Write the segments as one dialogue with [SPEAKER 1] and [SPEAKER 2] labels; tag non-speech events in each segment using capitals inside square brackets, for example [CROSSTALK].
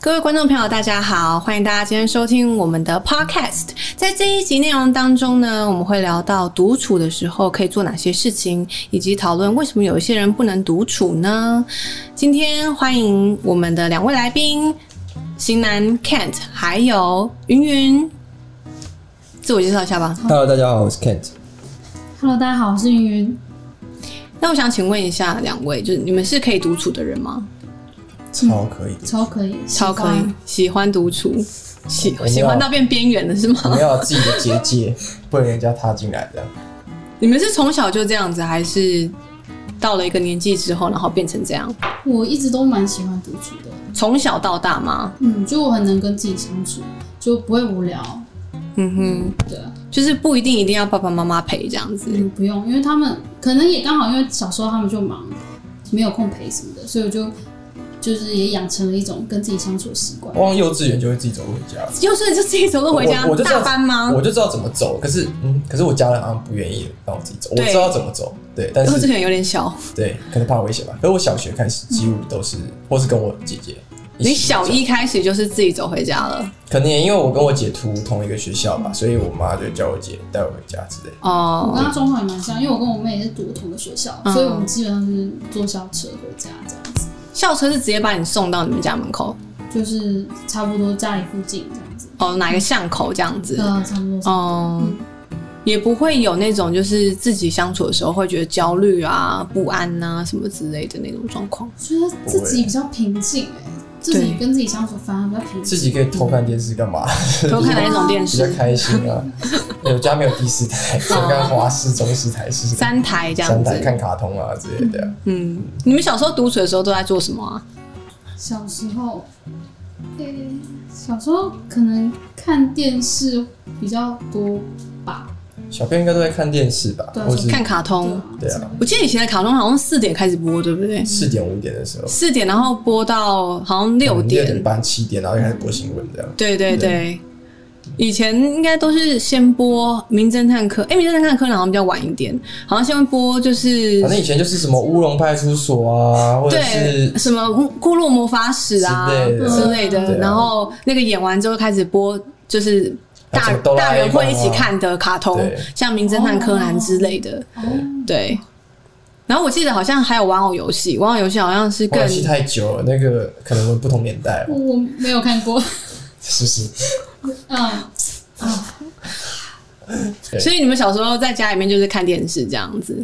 [SPEAKER 1] 各位观众朋友，大家好，欢迎大家今天收听我们的 Podcast。在这一集内容当中呢，我们会聊到独处的时候可以做哪些事情，以及讨论为什么有一些人不能独处呢？今天欢迎我们的两位来宾，型男 Kent 还有云云，自我介绍一下吧。
[SPEAKER 2] Hello，大家好，我是 Kent。
[SPEAKER 3] Hello，大家好，我是云云。
[SPEAKER 1] 那我想请问一下两位，就是你们是可以独处的人吗？
[SPEAKER 2] 超可以，
[SPEAKER 3] 超可以，
[SPEAKER 1] 嗯超可以，喜欢独处，喜
[SPEAKER 2] 我们要
[SPEAKER 1] 喜欢到变边缘了是
[SPEAKER 2] 我
[SPEAKER 1] 吗
[SPEAKER 2] 们？要有自己的结界，不能人家踏进来这样。
[SPEAKER 1] 你们是从小就这样子，还是到了一个年纪之后，然后变成这样？
[SPEAKER 3] 我一直都蛮喜欢独处的，
[SPEAKER 1] 从小到大吗？
[SPEAKER 3] 嗯，就我很能跟自己相处，就不会无聊。
[SPEAKER 1] 嗯哼，
[SPEAKER 3] 对啊，
[SPEAKER 1] 就是不一定一定要爸爸妈妈陪这样子。
[SPEAKER 3] 嗯，不用，因为他们可能也刚好，因为小时候他们就忙，没有空陪什么的，所以我就就是也养成了一种跟自己相处的习惯
[SPEAKER 2] 我。往幼稚园就会自己走路回家了，
[SPEAKER 1] 就是你就自己走路回家
[SPEAKER 2] 我我就知道
[SPEAKER 1] 大班吗？
[SPEAKER 2] 我就知道怎么走。可是，嗯，可是我家人好像不愿意让我自己走。我
[SPEAKER 1] 对
[SPEAKER 2] 知道怎么走，对，但
[SPEAKER 1] 因为这
[SPEAKER 2] 是
[SPEAKER 1] 个人有点小，
[SPEAKER 2] 对，可能怕危险吧。可是我小学开始几乎都是，或是跟我姐姐一起走。
[SPEAKER 1] 你小一开始就是自己走回家了
[SPEAKER 2] 可能也因为我跟我姐读同一个学校吧，所以我妈就叫我姐带我回家之类的。
[SPEAKER 3] 我跟
[SPEAKER 1] 哦。
[SPEAKER 3] 他状况也蛮像，因为我跟我妹也是读同个学校，
[SPEAKER 1] 嗯
[SPEAKER 3] 所以我们基本上是坐校车回家这样子，
[SPEAKER 1] 校车是直接把你送到你们家门口
[SPEAKER 3] 就是差不多家里附近这样子。
[SPEAKER 1] 哦，哪个巷口这样子？
[SPEAKER 3] 对啊，差不多是。
[SPEAKER 1] 哦、
[SPEAKER 3] 嗯
[SPEAKER 1] 也不会有那种就是自己相处的时候会觉得焦虑啊、不安啊什么之类的那种状
[SPEAKER 2] [LAUGHS]
[SPEAKER 1] 况。
[SPEAKER 3] 觉得自己比较平静哎、自己跟自己相处反而比较平
[SPEAKER 2] 自己
[SPEAKER 3] 静。
[SPEAKER 2] 可以偷看电视干嘛？ [LAUGHS]
[SPEAKER 1] 偷看哪一种电
[SPEAKER 2] 比较
[SPEAKER 1] 视？
[SPEAKER 2] 开
[SPEAKER 1] [LAUGHS]
[SPEAKER 2] 心啊。我家没有第四台，只有看华视、中视、台视。
[SPEAKER 1] 三台这样
[SPEAKER 2] 三台
[SPEAKER 1] 子。
[SPEAKER 2] 看卡通啊之类的啊。
[SPEAKER 1] 嗯，你们小时候独处的时候都在做什么啊？
[SPEAKER 3] 小时候，诶、小时候可能看电视比较多吧，
[SPEAKER 2] 小朋友应该都在看电视吧，
[SPEAKER 3] 对啊
[SPEAKER 2] 或是
[SPEAKER 1] 看卡通。
[SPEAKER 2] 嗯对啊，
[SPEAKER 1] 我记得以前的卡通好像四点开始播，对不对？
[SPEAKER 2] 四点五点的时候，
[SPEAKER 1] 四点，然后播到好像六
[SPEAKER 2] 哦六
[SPEAKER 1] 点
[SPEAKER 2] 点。半七点，然后就开始播新闻这样。
[SPEAKER 1] 对对对，以前应该都是先播《名侦探柯》，哎，《名侦探柯南》好像比较晚一点，好像先播就是
[SPEAKER 2] 反正以前就是什么乌龙派出所啊，或者
[SPEAKER 1] 嗯对
[SPEAKER 2] 是
[SPEAKER 1] 什么骷髅魔法使啊
[SPEAKER 2] 之类的
[SPEAKER 1] 之类
[SPEAKER 2] 对
[SPEAKER 1] 的，
[SPEAKER 2] 啊
[SPEAKER 1] 然后那个演完之后开始播，就是
[SPEAKER 2] 啊
[SPEAKER 1] 大
[SPEAKER 2] 什么哆啦
[SPEAKER 1] 大
[SPEAKER 2] A 梦啊
[SPEAKER 1] 人会一起看的卡通
[SPEAKER 2] 对，
[SPEAKER 1] 像《名侦探柯南》之类的，
[SPEAKER 3] 哦，
[SPEAKER 1] 对。然后我记得好像还有玩偶游戏，玩偶游戏好像是更
[SPEAKER 2] 关系太久了，那个可能我们不同年代
[SPEAKER 3] 我
[SPEAKER 1] 嗯
[SPEAKER 2] 哦，
[SPEAKER 3] 我没有看过， [LAUGHS]
[SPEAKER 2] 是不是？
[SPEAKER 3] 嗯啊，
[SPEAKER 2] 对
[SPEAKER 1] 所以你们小时候在家里面就是看电视这样子。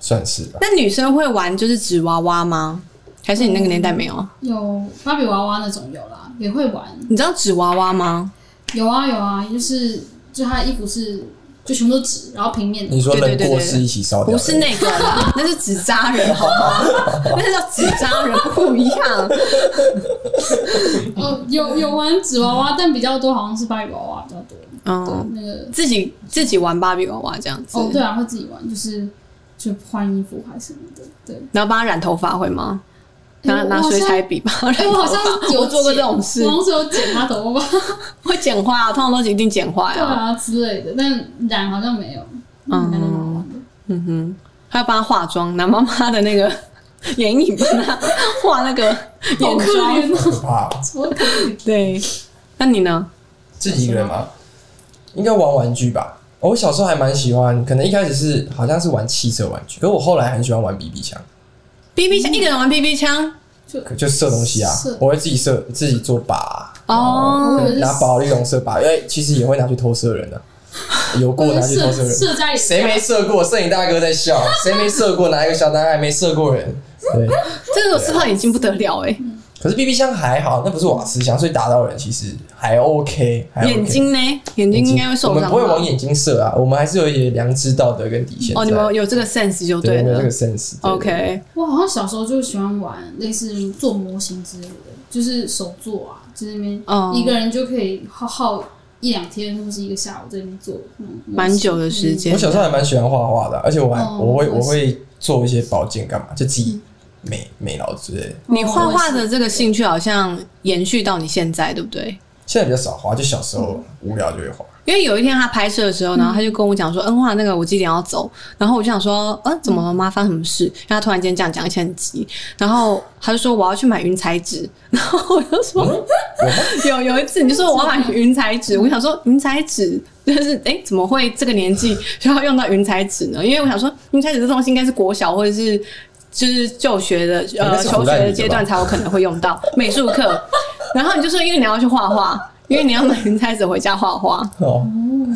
[SPEAKER 2] 算是吧。
[SPEAKER 1] 那女生会玩就是纸娃娃吗？还是你那个年代没有？
[SPEAKER 3] 有芭比娃娃那种有啦，也会玩，
[SPEAKER 1] 你知道纸娃娃吗？
[SPEAKER 3] 有啊有啊，就是就他的衣服是就全部都纸，然后平面的
[SPEAKER 2] 你说
[SPEAKER 1] 对对
[SPEAKER 2] 人
[SPEAKER 1] 对
[SPEAKER 2] 过
[SPEAKER 1] 对
[SPEAKER 2] 世一起烧掉的，
[SPEAKER 1] 不是那个啦，那是纸扎人好吗？那叫纸扎人不一样。
[SPEAKER 3] 哦，有有玩纸娃娃，但比较多好像是芭比娃娃比较多，
[SPEAKER 2] 哦
[SPEAKER 1] 嗯，
[SPEAKER 3] 那个
[SPEAKER 1] 自己自己玩芭比娃娃这样子，
[SPEAKER 3] 哦，对啊，会自己玩，就是就换衣服还是什么的，对。
[SPEAKER 1] 然后帮他染头发会吗？
[SPEAKER 3] 哎
[SPEAKER 1] 拿
[SPEAKER 3] 我
[SPEAKER 1] 拿
[SPEAKER 3] 我好
[SPEAKER 1] 水
[SPEAKER 3] 像
[SPEAKER 1] 彩笔帮他
[SPEAKER 3] 哎、
[SPEAKER 1] 染
[SPEAKER 3] 我好
[SPEAKER 1] 头
[SPEAKER 3] 像
[SPEAKER 1] 发，[LAUGHS]
[SPEAKER 3] 有
[SPEAKER 1] 我做过这
[SPEAKER 3] 剪
[SPEAKER 1] 种事
[SPEAKER 3] 我，好像是有剪他头发，
[SPEAKER 1] 会剪坏啊，通常都是一定剪坏
[SPEAKER 3] 对
[SPEAKER 1] 啊。
[SPEAKER 3] 啊之类的，但染好像没有，
[SPEAKER 1] 嗯
[SPEAKER 3] 嗯，感觉蛮好玩的。
[SPEAKER 1] 嗯哼，还要帮他化妆，拿妈妈的那个 [LAUGHS] 眼影帮他画那个 [LAUGHS]
[SPEAKER 3] 好
[SPEAKER 1] 眼
[SPEAKER 3] 可
[SPEAKER 1] 妆。
[SPEAKER 3] 怜
[SPEAKER 2] 好
[SPEAKER 3] 哦，
[SPEAKER 2] 可
[SPEAKER 1] [LAUGHS]
[SPEAKER 2] 怕哦，
[SPEAKER 3] 我可怜。
[SPEAKER 1] 对，那你呢？
[SPEAKER 2] 自己一个人吗？应该玩玩具吧。哦我小时候还蛮喜欢，可能一开始是好像是玩汽车玩具，可是我后来很喜欢玩 BB 枪。
[SPEAKER 1] BB 枪，一个人玩 BB 枪
[SPEAKER 2] 可就射东西啊
[SPEAKER 3] 射，
[SPEAKER 2] 我会自己射，自己做靶，
[SPEAKER 1] 哦
[SPEAKER 2] 可能拿保利龙射靶，因为其实也会拿去偷射人的、有过拿去偷射
[SPEAKER 3] 射
[SPEAKER 2] 人，
[SPEAKER 3] 射在
[SPEAKER 2] 谁没射过？摄影大哥在笑，谁没射过？拿一个小男孩没射过人，对。
[SPEAKER 1] 这个我知道已经不得了哎，
[SPEAKER 2] 可是 BB 枪还好，那不是瓦斯枪，所以打到人其实还 OK，还 OK
[SPEAKER 1] 眼。睛呢？眼睛应该会受
[SPEAKER 2] 我
[SPEAKER 1] 伤
[SPEAKER 2] 们不会往
[SPEAKER 1] 吧？
[SPEAKER 2] 眼睛射啊，我们还是有一些良知道德跟底线在。
[SPEAKER 1] 哦，你们有这个 sense 就
[SPEAKER 2] 对，我们有
[SPEAKER 1] 了
[SPEAKER 2] 这个。sense 对。
[SPEAKER 1] OK，
[SPEAKER 3] 我好像小时候就喜欢玩类似做模型之类的，就是手做啊，就是那边、
[SPEAKER 1] 哦
[SPEAKER 3] 一个人就可以耗耗一两天或是一个下午在那边做那种模型，
[SPEAKER 1] 蛮久的时间
[SPEAKER 2] 我小时候还蛮喜欢画画的，而且我还、
[SPEAKER 3] 哦
[SPEAKER 2] 我会我
[SPEAKER 3] 我也
[SPEAKER 2] 会做一些保健干嘛，就自己美美劳之类的。
[SPEAKER 3] 嗯。
[SPEAKER 1] 你画画的这个
[SPEAKER 3] 性，
[SPEAKER 1] 兴趣好像延续到你现在，对不对？
[SPEAKER 2] 现在比较少画，就小时候无聊就会画。
[SPEAKER 1] 因为有一天他拍摄的时候，然后他就跟我讲说：“嗯，画那个我几点要走？”然后我就想说：“嗯，怎么了吗？发生什么事？”然后他突 [LAUGHS]
[SPEAKER 2] 嗯
[SPEAKER 1] 然间这样讲，而且很急。然后他就说：“我要去买云彩纸。”然后我就说：“有有一次，你就说我要买云彩纸，我想说云彩纸就是哎、诶怎么会这个年纪需要用到云彩纸呢？因为我想说云彩纸这东西应该是国小或者是就是就学的
[SPEAKER 2] 应该
[SPEAKER 1] 呃
[SPEAKER 2] 是
[SPEAKER 1] 求
[SPEAKER 2] 古
[SPEAKER 1] 学
[SPEAKER 2] 代
[SPEAKER 1] 的
[SPEAKER 2] 语
[SPEAKER 1] 阶
[SPEAKER 2] 的吧
[SPEAKER 1] 段才有可能会用到美术课，然后你就说因为你要去画画，因为你要买云彩纸回家画画，
[SPEAKER 2] 哦，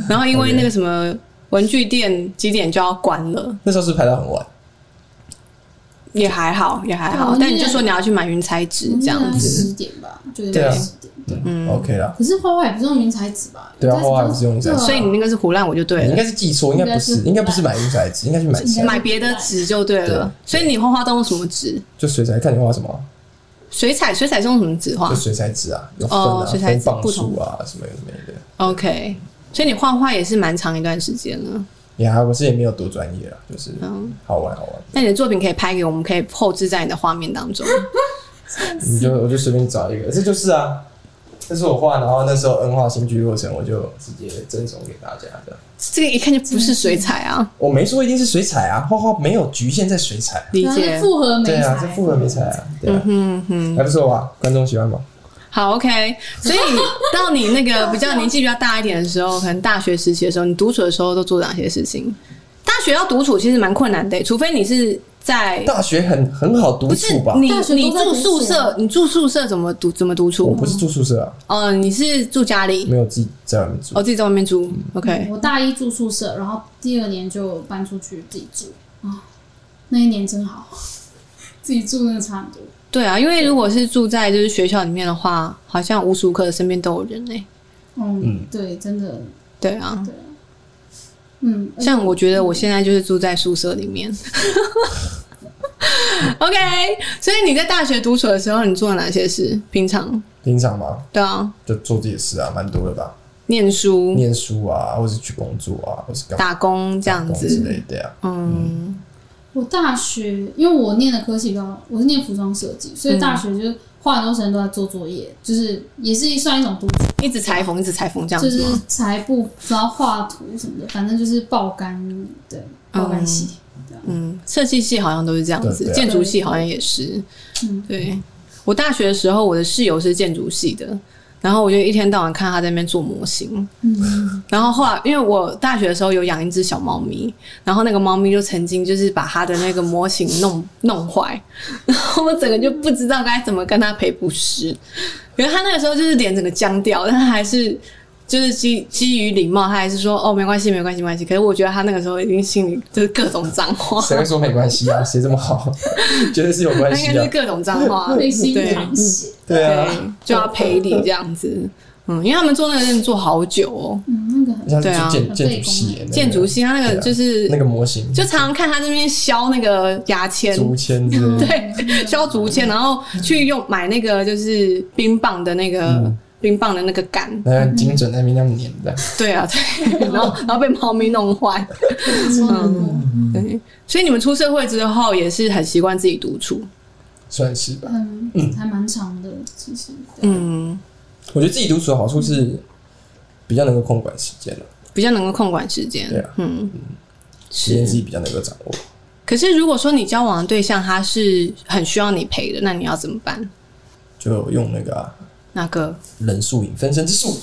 [SPEAKER 1] 然后因为那个什么文具店几点就要关了，
[SPEAKER 2] 那时候是排到很晚，
[SPEAKER 1] 也还好也还
[SPEAKER 3] 对我啊
[SPEAKER 1] 好，
[SPEAKER 3] 们
[SPEAKER 1] 但你
[SPEAKER 3] 那
[SPEAKER 1] 就
[SPEAKER 3] 个
[SPEAKER 1] 说你要去买云彩纸这样子，
[SPEAKER 3] 嗯十点吧，就
[SPEAKER 2] 对
[SPEAKER 3] 点
[SPEAKER 2] 啊
[SPEAKER 3] 十点。
[SPEAKER 2] 嗯，OK 啦。
[SPEAKER 3] 可是画画也不是用云彩纸吧？
[SPEAKER 2] 对啊
[SPEAKER 3] 云彩纸
[SPEAKER 2] 画画
[SPEAKER 3] 都
[SPEAKER 2] 不是用云彩纸
[SPEAKER 3] 对啊
[SPEAKER 1] 所以你那个是胡乱我就对
[SPEAKER 2] 你应
[SPEAKER 1] 了。
[SPEAKER 2] 该是记错，应该不是，应
[SPEAKER 3] 应
[SPEAKER 2] 该
[SPEAKER 3] 该是
[SPEAKER 2] 不是买云彩纸，应该是买
[SPEAKER 3] 应该
[SPEAKER 1] 买别的纸就嗯对了，所以你画画都用什么纸？
[SPEAKER 2] 就水彩，看你画什么啊，
[SPEAKER 1] 水彩，水彩是用什么纸画
[SPEAKER 2] 就水彩纸啊，有分
[SPEAKER 1] 哦
[SPEAKER 2] 啊，
[SPEAKER 1] 水彩
[SPEAKER 2] 分
[SPEAKER 1] 纸
[SPEAKER 2] 磅
[SPEAKER 1] 不
[SPEAKER 2] 数
[SPEAKER 1] 同
[SPEAKER 2] 啊，什么有的没的。
[SPEAKER 1] ？OK，所以你画画也是蛮长一段时间了。
[SPEAKER 2] 也还，我是也没有多专业啦，就是
[SPEAKER 1] 嗯，
[SPEAKER 2] 好玩好玩，
[SPEAKER 1] 那你的作品可以拍给我们，可以后置在你的画面当中。
[SPEAKER 2] 你就我就随便找一个，这就是啊，这是我画，然后那时候恩化新居落成，我就直接赠送给大家的。
[SPEAKER 1] 这个一看就不是水彩啊，
[SPEAKER 2] 我没说一定是水彩啊，画画没有局限在水彩啊，
[SPEAKER 1] 理
[SPEAKER 3] 对啊
[SPEAKER 1] 解
[SPEAKER 3] 是。复合美
[SPEAKER 2] 对啊，
[SPEAKER 3] 材
[SPEAKER 2] 这复合美彩啊，
[SPEAKER 1] 嗯
[SPEAKER 2] 对啊，
[SPEAKER 1] 哼嗯哼，
[SPEAKER 2] 还不错吧？观众喜欢吗？
[SPEAKER 1] 好，OK。所以到你那个比较年纪比较大一点的时候，可能大学时期的时候，你独处的时候都做哪些事情？大学要独处其实蛮困难的，欸除非你是在
[SPEAKER 2] 大学很很好独
[SPEAKER 1] 不是
[SPEAKER 2] 处吧？
[SPEAKER 1] 你
[SPEAKER 3] 大学都
[SPEAKER 1] 你
[SPEAKER 3] 在
[SPEAKER 1] 住
[SPEAKER 3] 独处
[SPEAKER 1] 宿舍，你住宿舍怎么独怎么独
[SPEAKER 2] 我
[SPEAKER 1] 处
[SPEAKER 2] 不？是住宿舍啊，
[SPEAKER 1] 哦，你是住家里，
[SPEAKER 2] 没有嗯自己在外面住
[SPEAKER 1] 哦，。自己在外面住。OK，
[SPEAKER 3] 我大一住宿舍，然后第二年就搬出去自己住啊，那一年真好， [LAUGHS] 自己住真的差很多。
[SPEAKER 1] 对啊，因为如果是住在就是学校里面的话，好像无时无刻身边都有人哎、
[SPEAKER 2] 嗯
[SPEAKER 3] 嗯，对，真的，
[SPEAKER 1] 对啊，
[SPEAKER 3] 对啊，嗯，而且
[SPEAKER 1] 像我觉得我现在就是住在宿舍里面。OK，所以你在大学独处的时候，你做了哪些事？平常
[SPEAKER 2] 平常嘛，
[SPEAKER 1] 对啊，
[SPEAKER 2] 就做这些事啊，蛮多的吧，
[SPEAKER 1] 念书、
[SPEAKER 2] 念书啊，或是去工作啊，或是干嘛
[SPEAKER 1] 打工这样
[SPEAKER 2] 工之
[SPEAKER 1] 子。
[SPEAKER 2] 类的呀、
[SPEAKER 1] 嗯，
[SPEAKER 3] 我大学，因为我念的科系比较，我是念服装设计，所以
[SPEAKER 1] 嗯
[SPEAKER 3] 大学就是花很多时间都在做作业，就是也是算一种读，
[SPEAKER 1] 一直裁缝，一直裁缝这样
[SPEAKER 3] 就
[SPEAKER 1] 子
[SPEAKER 3] 是
[SPEAKER 1] 吗。
[SPEAKER 3] 裁布，然后画图什么的，反正就是爆肝，对，爆肝系。
[SPEAKER 1] 嗯，设计系好像都是这样子，
[SPEAKER 2] 对对啊
[SPEAKER 1] 建筑系好像也是。
[SPEAKER 3] 嗯
[SPEAKER 1] 对，我大学的时候，我的室友是建筑系的，然后我就一天到晚看他在那边做模型。
[SPEAKER 3] 嗯，
[SPEAKER 1] 然后后来，因为我大学的时候有养一只小猫咪，然后那个猫咪就曾经就是把它的那个模型弄 [LAUGHS] 弄坏，然后我整个就不知道该怎么跟它赔不是。原来它那个时候就是脸整个僵掉，但它还是就是基基于礼貌，它还是说哦没关系没关系没关系。可是我觉得它那个时候已经心里就是各种脏话，
[SPEAKER 2] 谁会说没关系
[SPEAKER 1] [LAUGHS]
[SPEAKER 2] 啊？谁这么好？绝对是有
[SPEAKER 1] 它
[SPEAKER 2] 关
[SPEAKER 1] 应该
[SPEAKER 2] 系
[SPEAKER 1] 就是
[SPEAKER 2] 啊！
[SPEAKER 1] 各种脏话，
[SPEAKER 3] [LAUGHS] 内心
[SPEAKER 1] 对
[SPEAKER 3] 淌血。
[SPEAKER 2] 对啊，
[SPEAKER 1] 对，就要赔礼这样子。嗯，因为他们做那个真的做好久哦，
[SPEAKER 3] 嗯，那个很
[SPEAKER 2] 像是
[SPEAKER 1] 对啊
[SPEAKER 2] 去建建筑系耶、那个
[SPEAKER 1] 建筑系他那
[SPEAKER 2] 啊
[SPEAKER 1] 个就是、
[SPEAKER 2] 那个模型，
[SPEAKER 1] 就常常看他那边削那个牙签，
[SPEAKER 2] 竹签之
[SPEAKER 1] [LAUGHS] 嗯
[SPEAKER 2] 类的，
[SPEAKER 1] 对，削竹签，然后去用买那个就是冰棒的那个、
[SPEAKER 2] 嗯
[SPEAKER 1] 冰棒的那个杆，
[SPEAKER 2] 然后很精准在那边那样粘的。
[SPEAKER 1] 对啊，对， [LAUGHS] 然后然后被猫咪弄坏，
[SPEAKER 2] 嗯
[SPEAKER 3] 超难过。
[SPEAKER 1] 对，所以你们出社会之后也是很习惯自己独处，
[SPEAKER 2] 算是吧。
[SPEAKER 3] 嗯，还蛮长的，其实。对
[SPEAKER 1] 嗯，
[SPEAKER 2] 我觉得自己独处的好处是比较能够控管时间啊了，
[SPEAKER 1] 比较能够控管时间，
[SPEAKER 2] 对啊
[SPEAKER 1] 嗯，
[SPEAKER 2] 时间
[SPEAKER 1] 是
[SPEAKER 2] 自。己比较能够掌握。
[SPEAKER 1] 可是如果说你交往的对象他是很需要你陪的，那你要怎么办？
[SPEAKER 2] 就用那个、啊、
[SPEAKER 1] 那个
[SPEAKER 2] 人数引分身
[SPEAKER 1] [LAUGHS]
[SPEAKER 2] 之术，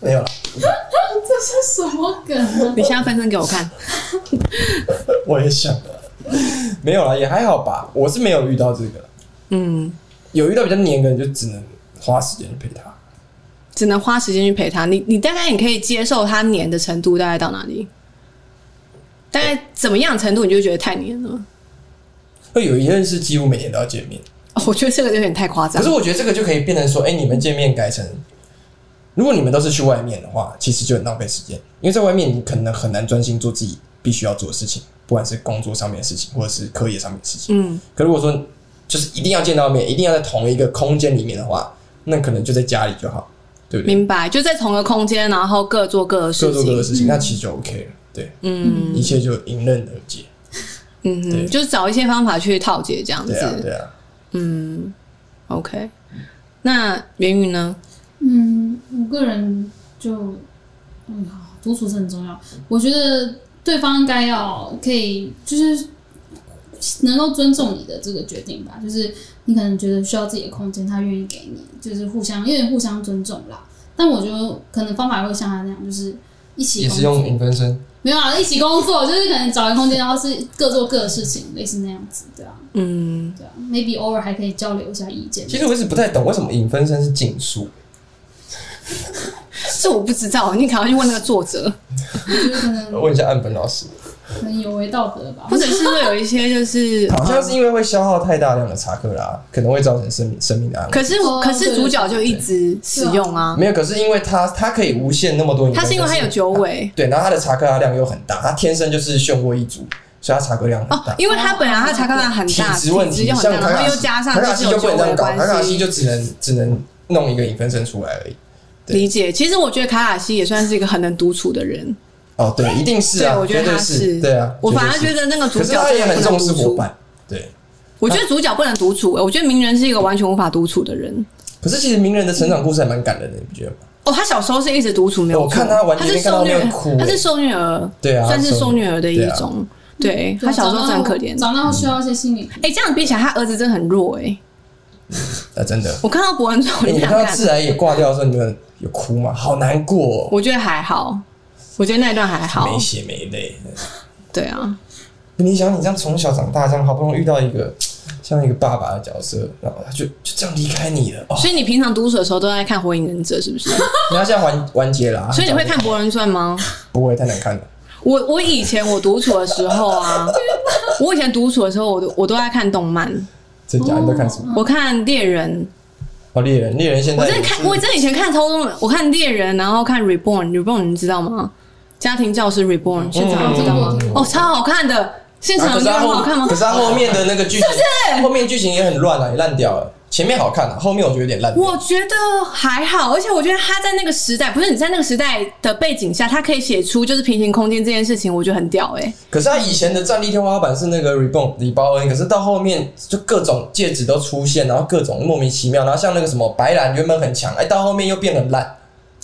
[SPEAKER 2] 没有了。
[SPEAKER 3] 这是什么梗啊？
[SPEAKER 1] 你现在分身给我看，
[SPEAKER 2] 我也想，没有啦，也还好吧。我是没有遇到这个，
[SPEAKER 1] 嗯，
[SPEAKER 2] 有遇到比较黏的人，就只能花时间去陪他。
[SPEAKER 1] 只能花时间去陪他。你你大概你可以接受他黏的程度大概到哪里？大概怎么样程度你就觉得太黏了？
[SPEAKER 2] 会有一任是几乎每天都要见面，
[SPEAKER 1] 哦我觉得这个有点太夸张
[SPEAKER 2] 可是。我觉得这个就可以变成说，哎、你们见面改成，如果你们都是去外面的话，其实就很浪费时间，因为在外面你可能很难专心做自己必须要做的事情，不管是工作上面的事情，或者是课业上面的事情。
[SPEAKER 1] 嗯，
[SPEAKER 2] 可如果说就是一定要见到面，一定要在同一个空间里面的话，那可能就在家里就好，对不对？
[SPEAKER 1] 明白，就在同个空间，然后各做各的
[SPEAKER 2] 各
[SPEAKER 1] 事
[SPEAKER 2] 做各的
[SPEAKER 1] 情。
[SPEAKER 2] 事情，那其实就 OK 了，对，
[SPEAKER 1] 嗯
[SPEAKER 2] 一切就迎刃而解。
[SPEAKER 1] 嗯
[SPEAKER 2] 对
[SPEAKER 1] 哼，就是找一些方法去套解这样
[SPEAKER 2] 对啊，
[SPEAKER 1] 子。
[SPEAKER 2] 对啊， [LAUGHS]
[SPEAKER 1] 嗯，OK。那元宇呢？
[SPEAKER 3] 嗯，我个人就，嗯，好独处是很重要。我觉得对方应该要可以，就是能够尊重你的这个决定吧，就是你可能觉得需要自己的空间，他愿意给你，就是互相有点互相尊重啦。但我觉得可能方法会像他那样，就是一起
[SPEAKER 2] 也
[SPEAKER 3] 工
[SPEAKER 2] 是用
[SPEAKER 3] 作，
[SPEAKER 2] 影分身，
[SPEAKER 3] 没有啊，一起工作，就是可能找一个空间，然后是各做各的事情，类似那样子，对啊，
[SPEAKER 1] 嗯，
[SPEAKER 3] 对啊，maybe 偶尔还可以交流一下意见。
[SPEAKER 2] 其实我一直不太懂为什么影分身是禁书，
[SPEAKER 1] 这我不知道，你可能要去问那个作者，
[SPEAKER 3] 我觉得可能
[SPEAKER 2] 问一下岸本老师，
[SPEAKER 3] 可能有违道德吧
[SPEAKER 1] 或，者是说有一些就是
[SPEAKER 2] 好像是因为会消耗太大量的查克拉，可能会造成生命生命的安危。
[SPEAKER 1] 可是
[SPEAKER 3] 哦
[SPEAKER 1] 可是主角就一直使用啊，
[SPEAKER 2] 没有，可是因为他他可以无限那么多影分身，
[SPEAKER 1] 他是因为他有九尾
[SPEAKER 2] 对，然后他的查克拉量又很大，他天生就是漩涡一族，所以他查克量很
[SPEAKER 1] 哦
[SPEAKER 2] 大。， [LAUGHS]
[SPEAKER 1] 因为他本来他查克拉很
[SPEAKER 2] 体
[SPEAKER 1] 大，
[SPEAKER 2] 质问题，
[SPEAKER 1] 又很
[SPEAKER 2] 像
[SPEAKER 1] 大，
[SPEAKER 2] 卡
[SPEAKER 1] 然
[SPEAKER 2] 卡
[SPEAKER 1] 后又
[SPEAKER 2] 西
[SPEAKER 1] 加上
[SPEAKER 2] 卡卡
[SPEAKER 1] 就是
[SPEAKER 2] 西就
[SPEAKER 1] 有
[SPEAKER 2] 不
[SPEAKER 1] 九
[SPEAKER 2] 能这
[SPEAKER 1] 尾
[SPEAKER 2] 样
[SPEAKER 1] 的
[SPEAKER 2] 搞，卡卡
[SPEAKER 1] 关
[SPEAKER 2] 西
[SPEAKER 1] 系
[SPEAKER 2] 就。只能只能弄一个影分身出来而已。对
[SPEAKER 1] 理解，其实我觉得卡卡西也算是一个很能独处的人，
[SPEAKER 2] 哦，对，一定是啊，
[SPEAKER 1] 对我觉得
[SPEAKER 2] 绝
[SPEAKER 1] 他
[SPEAKER 2] 是，对啊，
[SPEAKER 1] 我
[SPEAKER 2] 绝对
[SPEAKER 1] 反而觉
[SPEAKER 2] 是，
[SPEAKER 1] 得那个主
[SPEAKER 2] 可是
[SPEAKER 1] 角
[SPEAKER 2] 他也
[SPEAKER 1] 真的不
[SPEAKER 2] 很重
[SPEAKER 1] 能
[SPEAKER 2] 视
[SPEAKER 1] 独
[SPEAKER 2] 伙
[SPEAKER 1] 处，
[SPEAKER 2] 伴，对。
[SPEAKER 1] 我觉得主角不能独处、欸我觉得鸣人是一个完全无法独处的人。
[SPEAKER 2] 可是其实鸣人的成长故事还蛮感人的，你不觉得吗？
[SPEAKER 1] 哦，他小时候是一直独处，没有
[SPEAKER 2] 我看
[SPEAKER 1] 错
[SPEAKER 2] 他完全
[SPEAKER 1] 是
[SPEAKER 2] 没看到
[SPEAKER 1] 受虐
[SPEAKER 2] 那个哭欸
[SPEAKER 1] 他是受虐儿，
[SPEAKER 2] 对啊，
[SPEAKER 1] 算是受
[SPEAKER 2] 所以
[SPEAKER 1] 虐儿的一种。对
[SPEAKER 3] 对
[SPEAKER 1] 他
[SPEAKER 3] 啊
[SPEAKER 1] 小时候
[SPEAKER 3] 长
[SPEAKER 1] 真
[SPEAKER 3] 大
[SPEAKER 1] 的很可
[SPEAKER 3] 后
[SPEAKER 1] 怜。
[SPEAKER 3] 长大后需要一些心理。
[SPEAKER 1] 哎、这样比起来，他儿子真的很弱哎、
[SPEAKER 2] 啊，真的。
[SPEAKER 1] 我看到博恩之后，我
[SPEAKER 2] 哎，
[SPEAKER 1] 就
[SPEAKER 2] [LAUGHS] 你
[SPEAKER 1] 想
[SPEAKER 2] 看到
[SPEAKER 1] 看，
[SPEAKER 2] 自然也挂掉的时候，你们有哭吗？好难过
[SPEAKER 1] 我觉得还好，我觉得那一段还
[SPEAKER 2] 哦，
[SPEAKER 1] 好
[SPEAKER 2] 没。血没泪。
[SPEAKER 1] 对啊，
[SPEAKER 2] 你想，你这样从小长大，这样好不容易遇到一个像一个爸爸的角色，然后他就就这样离开你了。
[SPEAKER 1] [LAUGHS]
[SPEAKER 2] 哦，
[SPEAKER 1] 所以你平常独处的时候都在看《火影忍者》，是不是？
[SPEAKER 2] 你要现在完完结了、
[SPEAKER 1] [LAUGHS]
[SPEAKER 2] 啊，
[SPEAKER 1] 所以你会看《博人传》吗？
[SPEAKER 2] 不会太难看了。
[SPEAKER 1] 我我以前我独处的时候啊， [LAUGHS] 我以前独处的时候，我都我都在看动漫，
[SPEAKER 2] 真
[SPEAKER 1] 哦
[SPEAKER 2] 假？你在看什么？
[SPEAKER 1] 我看《猎人》，
[SPEAKER 2] 哦，猎人，猎人现在
[SPEAKER 1] 我真的看，我真的以前看超多的，我看猎人，然后看 Reborn，Reborn 你知道吗？家庭教师 Reborn 现场你知道吗？
[SPEAKER 2] 嗯
[SPEAKER 1] 哦，超好看的，现
[SPEAKER 2] 啊
[SPEAKER 1] 场
[SPEAKER 2] 可
[SPEAKER 1] 有
[SPEAKER 2] 是
[SPEAKER 1] 那
[SPEAKER 2] 他
[SPEAKER 1] 么
[SPEAKER 2] 后
[SPEAKER 1] 好看吗
[SPEAKER 2] 可？是他后面的那个剧情，后面剧情也很乱了、啊也烂掉了。前面好看啊，后面我觉得有点烂掉。
[SPEAKER 1] 我觉得还好，而且我觉得他在那个时代，不是你在那个时代的背景下，他可以写出就是平行空间这件事情，我觉得很屌哎、
[SPEAKER 2] 可是他以前的战力天花板是那个 Reborn 李包恩，可是到后面就各种戒指都出现，然后各种莫名其妙，然后像那个什么白兰原本很强，哎，到后面又变得很烂。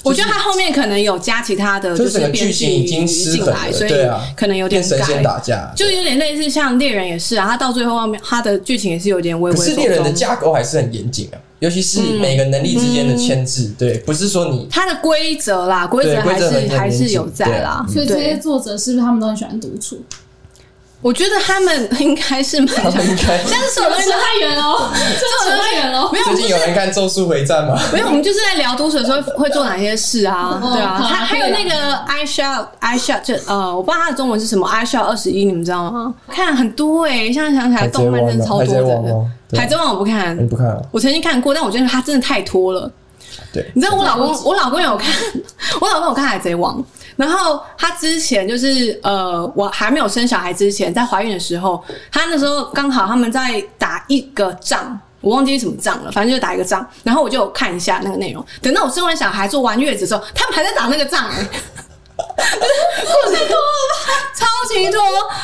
[SPEAKER 1] 我觉得他后面可能有加其他的，
[SPEAKER 2] 就是
[SPEAKER 1] 是
[SPEAKER 2] 整个
[SPEAKER 1] 编
[SPEAKER 2] 剧情已经失
[SPEAKER 1] 进
[SPEAKER 2] 衡
[SPEAKER 1] 来，
[SPEAKER 2] 了
[SPEAKER 1] 所以
[SPEAKER 2] 对啊
[SPEAKER 1] 可能有点
[SPEAKER 2] 变神仙
[SPEAKER 1] 改，
[SPEAKER 2] 打架，
[SPEAKER 1] 就有点类似像猎人也是啊，他到最后后面他的剧情也是有嗯点微微
[SPEAKER 2] 可
[SPEAKER 1] 走
[SPEAKER 2] 是
[SPEAKER 1] 中。
[SPEAKER 2] 猎人的架构还是很严谨啊，尤其是每个能力之间的牵制，
[SPEAKER 1] 嗯
[SPEAKER 2] 对，不是说
[SPEAKER 1] [LAUGHS]
[SPEAKER 2] 你
[SPEAKER 1] 它的规则啦，规则
[SPEAKER 2] 对
[SPEAKER 1] 还
[SPEAKER 2] 规则很
[SPEAKER 1] 是
[SPEAKER 2] 很
[SPEAKER 1] 还
[SPEAKER 2] 严
[SPEAKER 1] 是
[SPEAKER 2] 谨
[SPEAKER 1] 有在啦。
[SPEAKER 3] 所以这些
[SPEAKER 1] 对，
[SPEAKER 3] 作者是不是他们都很喜欢独处？
[SPEAKER 1] 我觉得他们应该是
[SPEAKER 2] [LAUGHS]
[SPEAKER 1] 蛮
[SPEAKER 2] 他们应该。
[SPEAKER 1] 但是
[SPEAKER 3] 这
[SPEAKER 1] 我们
[SPEAKER 3] 扯太远了，这扯太远了。哦
[SPEAKER 1] 没有，我们
[SPEAKER 2] 最
[SPEAKER 1] 就
[SPEAKER 2] 近有
[SPEAKER 1] 是
[SPEAKER 2] 人看《咒术回战》
[SPEAKER 1] [LAUGHS]
[SPEAKER 2] 吗？
[SPEAKER 1] 没有，我们就是在聊读书的时候会做哪些事啊？
[SPEAKER 3] 哦
[SPEAKER 1] 对啊，
[SPEAKER 3] 好啊
[SPEAKER 1] 还还有
[SPEAKER 3] 对啊
[SPEAKER 1] 那个 I shall I shall 就呃，我不知道它的中文是什么 I shall 二十一，你们知道
[SPEAKER 3] 嗯
[SPEAKER 1] 吗？看很多哎，现在想起来动漫真的超
[SPEAKER 2] 海
[SPEAKER 1] 多
[SPEAKER 2] 贼王
[SPEAKER 1] 的
[SPEAKER 2] 哦。对
[SPEAKER 1] 海贼王我不看，
[SPEAKER 2] 你不看啊？
[SPEAKER 1] 我曾经看过，但我觉得他真的太拖了。
[SPEAKER 2] 对
[SPEAKER 1] 你知道我老公，我老公有看，我老公有看《海贼王》，然后他之前就是呃，我还没有生小孩之前，在怀孕的时候，他那时候刚好他们在打一个仗。我忘记是什么仗了，反正就是打一个仗，然后我就有看一下那个内容。等到我生完小孩、坐完月子之后，他们还在打那个仗、欸，超级拖，